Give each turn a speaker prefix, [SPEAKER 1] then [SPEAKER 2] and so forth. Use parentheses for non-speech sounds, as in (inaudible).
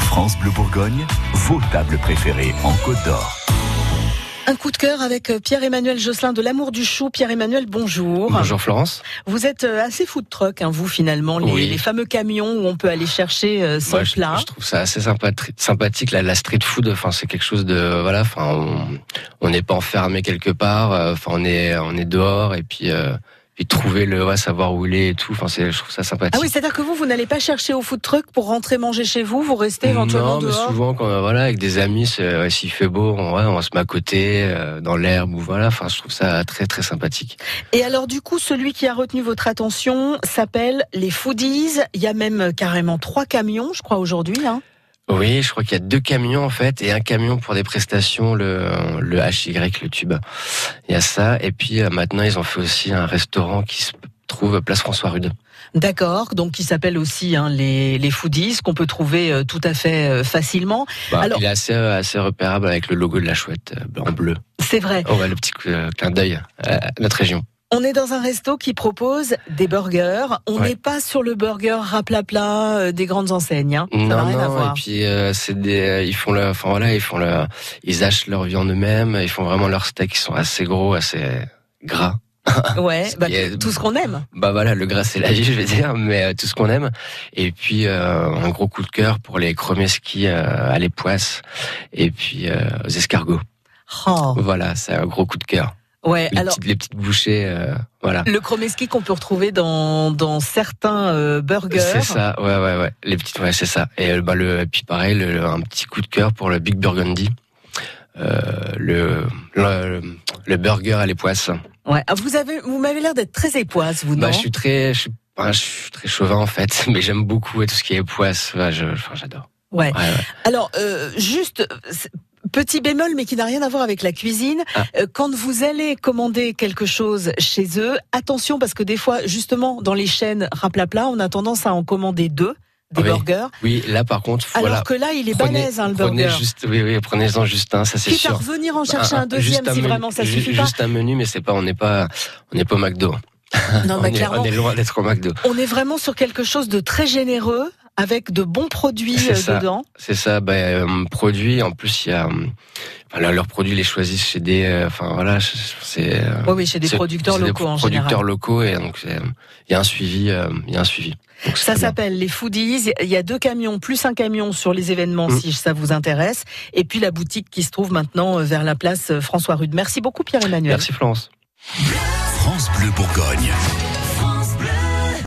[SPEAKER 1] France Bleu Bourgogne, vos tables préférées en Côte d'Or.
[SPEAKER 2] Un coup de cœur avec euh, Pierre-Emmanuel Josselin de l'Amour du Chou. Pierre-Emmanuel, bonjour.
[SPEAKER 3] Bonjour Florence.
[SPEAKER 2] Vous êtes euh, assez food truck, hein, vous finalement, les,
[SPEAKER 3] Oui.
[SPEAKER 2] les fameux camions où on peut aller chercher euh, son
[SPEAKER 3] Moi, je,
[SPEAKER 2] plat.
[SPEAKER 3] je trouve ça assez sympa- tri- sympathique la, la street food. Enfin, c'est quelque chose de voilà. Enfin, on- on n'est pas enfermé quelque part. euh, Enfin, on est on est dehors et puis euh, puis trouver le ouais, savoir où il est et tout. Enfin, c'est je trouve ça sympathique.
[SPEAKER 2] Ah oui, c'est-à-dire que vous, vous n'allez pas chercher au food truck pour rentrer manger chez vous, vous restez éventuellement
[SPEAKER 3] non, mais
[SPEAKER 2] dehors.
[SPEAKER 3] souvent quand euh, voilà avec des amis, c'est- ouais, s'il fait beau, on, ouais, on se met à côté euh, dans l'herbe ou voilà. Enfin, je trouve ça très très sympathique.
[SPEAKER 2] Et alors du coup, celui qui a retenu votre attention s'appelle les foodies. Il y a même euh, carrément trois camions, je crois, aujourd'hui. hein.
[SPEAKER 3] Oui, je crois qu'il y a deux camions en fait, et un camion pour des prestations, le, le HY, le tube. Il y a ça, et puis euh, maintenant ils ont fait aussi un restaurant qui se trouve place François Rude.
[SPEAKER 2] D'accord, donc qui s'appelle aussi hein, les, les foodies, qu'on peut trouver euh, tout à fait euh, facilement.
[SPEAKER 3] Bah,
[SPEAKER 2] Alors-
[SPEAKER 3] Il est assez, euh, assez repérable avec le logo de la chouette euh, en bleu.
[SPEAKER 2] C'est vrai.
[SPEAKER 3] Oh, ouais, le petit euh, clin d'œil euh, à notre région.
[SPEAKER 2] On est dans un resto qui propose des burgers. On
[SPEAKER 3] Ouais.
[SPEAKER 2] n'est pas sur le burger raplapla euh, des grandes enseignes. hein. Ça n'a
[SPEAKER 3] non,
[SPEAKER 2] rien à
[SPEAKER 3] non, et
[SPEAKER 2] voir.
[SPEAKER 3] puis euh, c'est des, euh, ils font le, enfin voilà, ils font le, ils hachent leur viande eux-mêmes, ils font vraiment leurs steaks, ils sont assez gros, assez euh, gras.
[SPEAKER 2] Ouais,
[SPEAKER 3] ce
[SPEAKER 2] bah,
[SPEAKER 3] qui est-
[SPEAKER 2] tout ce qu'on aime.
[SPEAKER 3] bah voilà, le gras c'est la vie, (laughs) je vais dire, mais euh, tout ce qu'on aime. Et puis euh, un gros coup de cœur pour les cremeski euh, à les poisses et puis euh, aux escargots.
[SPEAKER 2] Oh,
[SPEAKER 3] Voilà, c'est un gros coup de cœur.
[SPEAKER 2] Ouais,
[SPEAKER 3] Les,
[SPEAKER 2] alors
[SPEAKER 3] petites, les petites bouchées, euh, voilà.
[SPEAKER 2] le kromeski qu'on peut retrouver dans, dans certains euh, burgers.
[SPEAKER 3] C'est ça, ouais, ouais, ouais. Les petites, ouais, c'est ça. Et euh, bah, le, et puis pareil, le- le- un petit coup de cœur pour le Big Burgundy, Euh, le, le le burger à les poisses.
[SPEAKER 2] Ouais. Ah, vous avez, vous m'avez l'air d'être très époise, vous
[SPEAKER 3] Bah,
[SPEAKER 2] non
[SPEAKER 3] je suis très, je suis, bah, je suis très chauvin en fait, (laughs) mais j'aime beaucoup tout ce qui est poisse. Ouais, je- enfin, j'adore.
[SPEAKER 2] Ouais.
[SPEAKER 3] Ouais, ouais.
[SPEAKER 2] Alors, euh, juste. euh, c'est- Petit bémol, mais qui n'a rien à voir avec la cuisine.
[SPEAKER 3] Ah.
[SPEAKER 2] Euh, Quand vous allez commander quelque chose chez eux, attention parce que des fois, justement, dans les chaînes raplapla, on a tendance à en commander deux, des
[SPEAKER 3] Ah Oui.
[SPEAKER 2] burgers.
[SPEAKER 3] Oui, là par contre, voilà.
[SPEAKER 2] Alors que là, il est
[SPEAKER 3] Prenez-
[SPEAKER 2] balèze, hein, le
[SPEAKER 3] prenez
[SPEAKER 2] burger.
[SPEAKER 3] Juste, oui, oui, prenez-en juste un, ça c'est
[SPEAKER 2] Quitte à
[SPEAKER 3] sûr. Ah,
[SPEAKER 2] revenir en chercher un deuxième
[SPEAKER 3] juste
[SPEAKER 2] si
[SPEAKER 3] menu-
[SPEAKER 2] vraiment ça
[SPEAKER 3] ju-
[SPEAKER 2] suffit
[SPEAKER 3] Juste un menu, mais c'est pas, on n'est pas, on n'est pas au McDo.
[SPEAKER 2] pas. Non,
[SPEAKER 3] on,
[SPEAKER 2] mais Ah, bah,
[SPEAKER 3] est,
[SPEAKER 2] clairement,
[SPEAKER 3] on est loin d'être au McDo.
[SPEAKER 2] vraiment sur quelque chose de très généreux, avec de bons produits
[SPEAKER 3] C'est
[SPEAKER 2] euh,
[SPEAKER 3] ça.
[SPEAKER 2] dedans.
[SPEAKER 3] C'est ça, ben, euh, produit. En plus, il y a, euh, enfin, là, leurs produits, ils les choisissent chez des, euh, enfin voilà, je- c'est. euh,
[SPEAKER 2] Oui, oui, chez des
[SPEAKER 3] c'est-
[SPEAKER 2] producteurs
[SPEAKER 3] c'est des
[SPEAKER 2] locaux en
[SPEAKER 3] producteurs
[SPEAKER 2] général.
[SPEAKER 3] locaux et donc c'est, euh, il y a un suivi, euh, il y a un suivi. Donc, c'est
[SPEAKER 2] Ça
[SPEAKER 3] très bien.
[SPEAKER 2] s'appelle les Foodies. Il y a deux camions, plus un camion sur les événements,
[SPEAKER 3] Mm.
[SPEAKER 2] si ça vous intéresse. Et puis la boutique qui se trouve maintenant euh, vers la place euh, François Rude. Merci beaucoup, Pierre-Emmanuel.
[SPEAKER 3] Merci Florence.
[SPEAKER 1] France Bleu Bourgogne.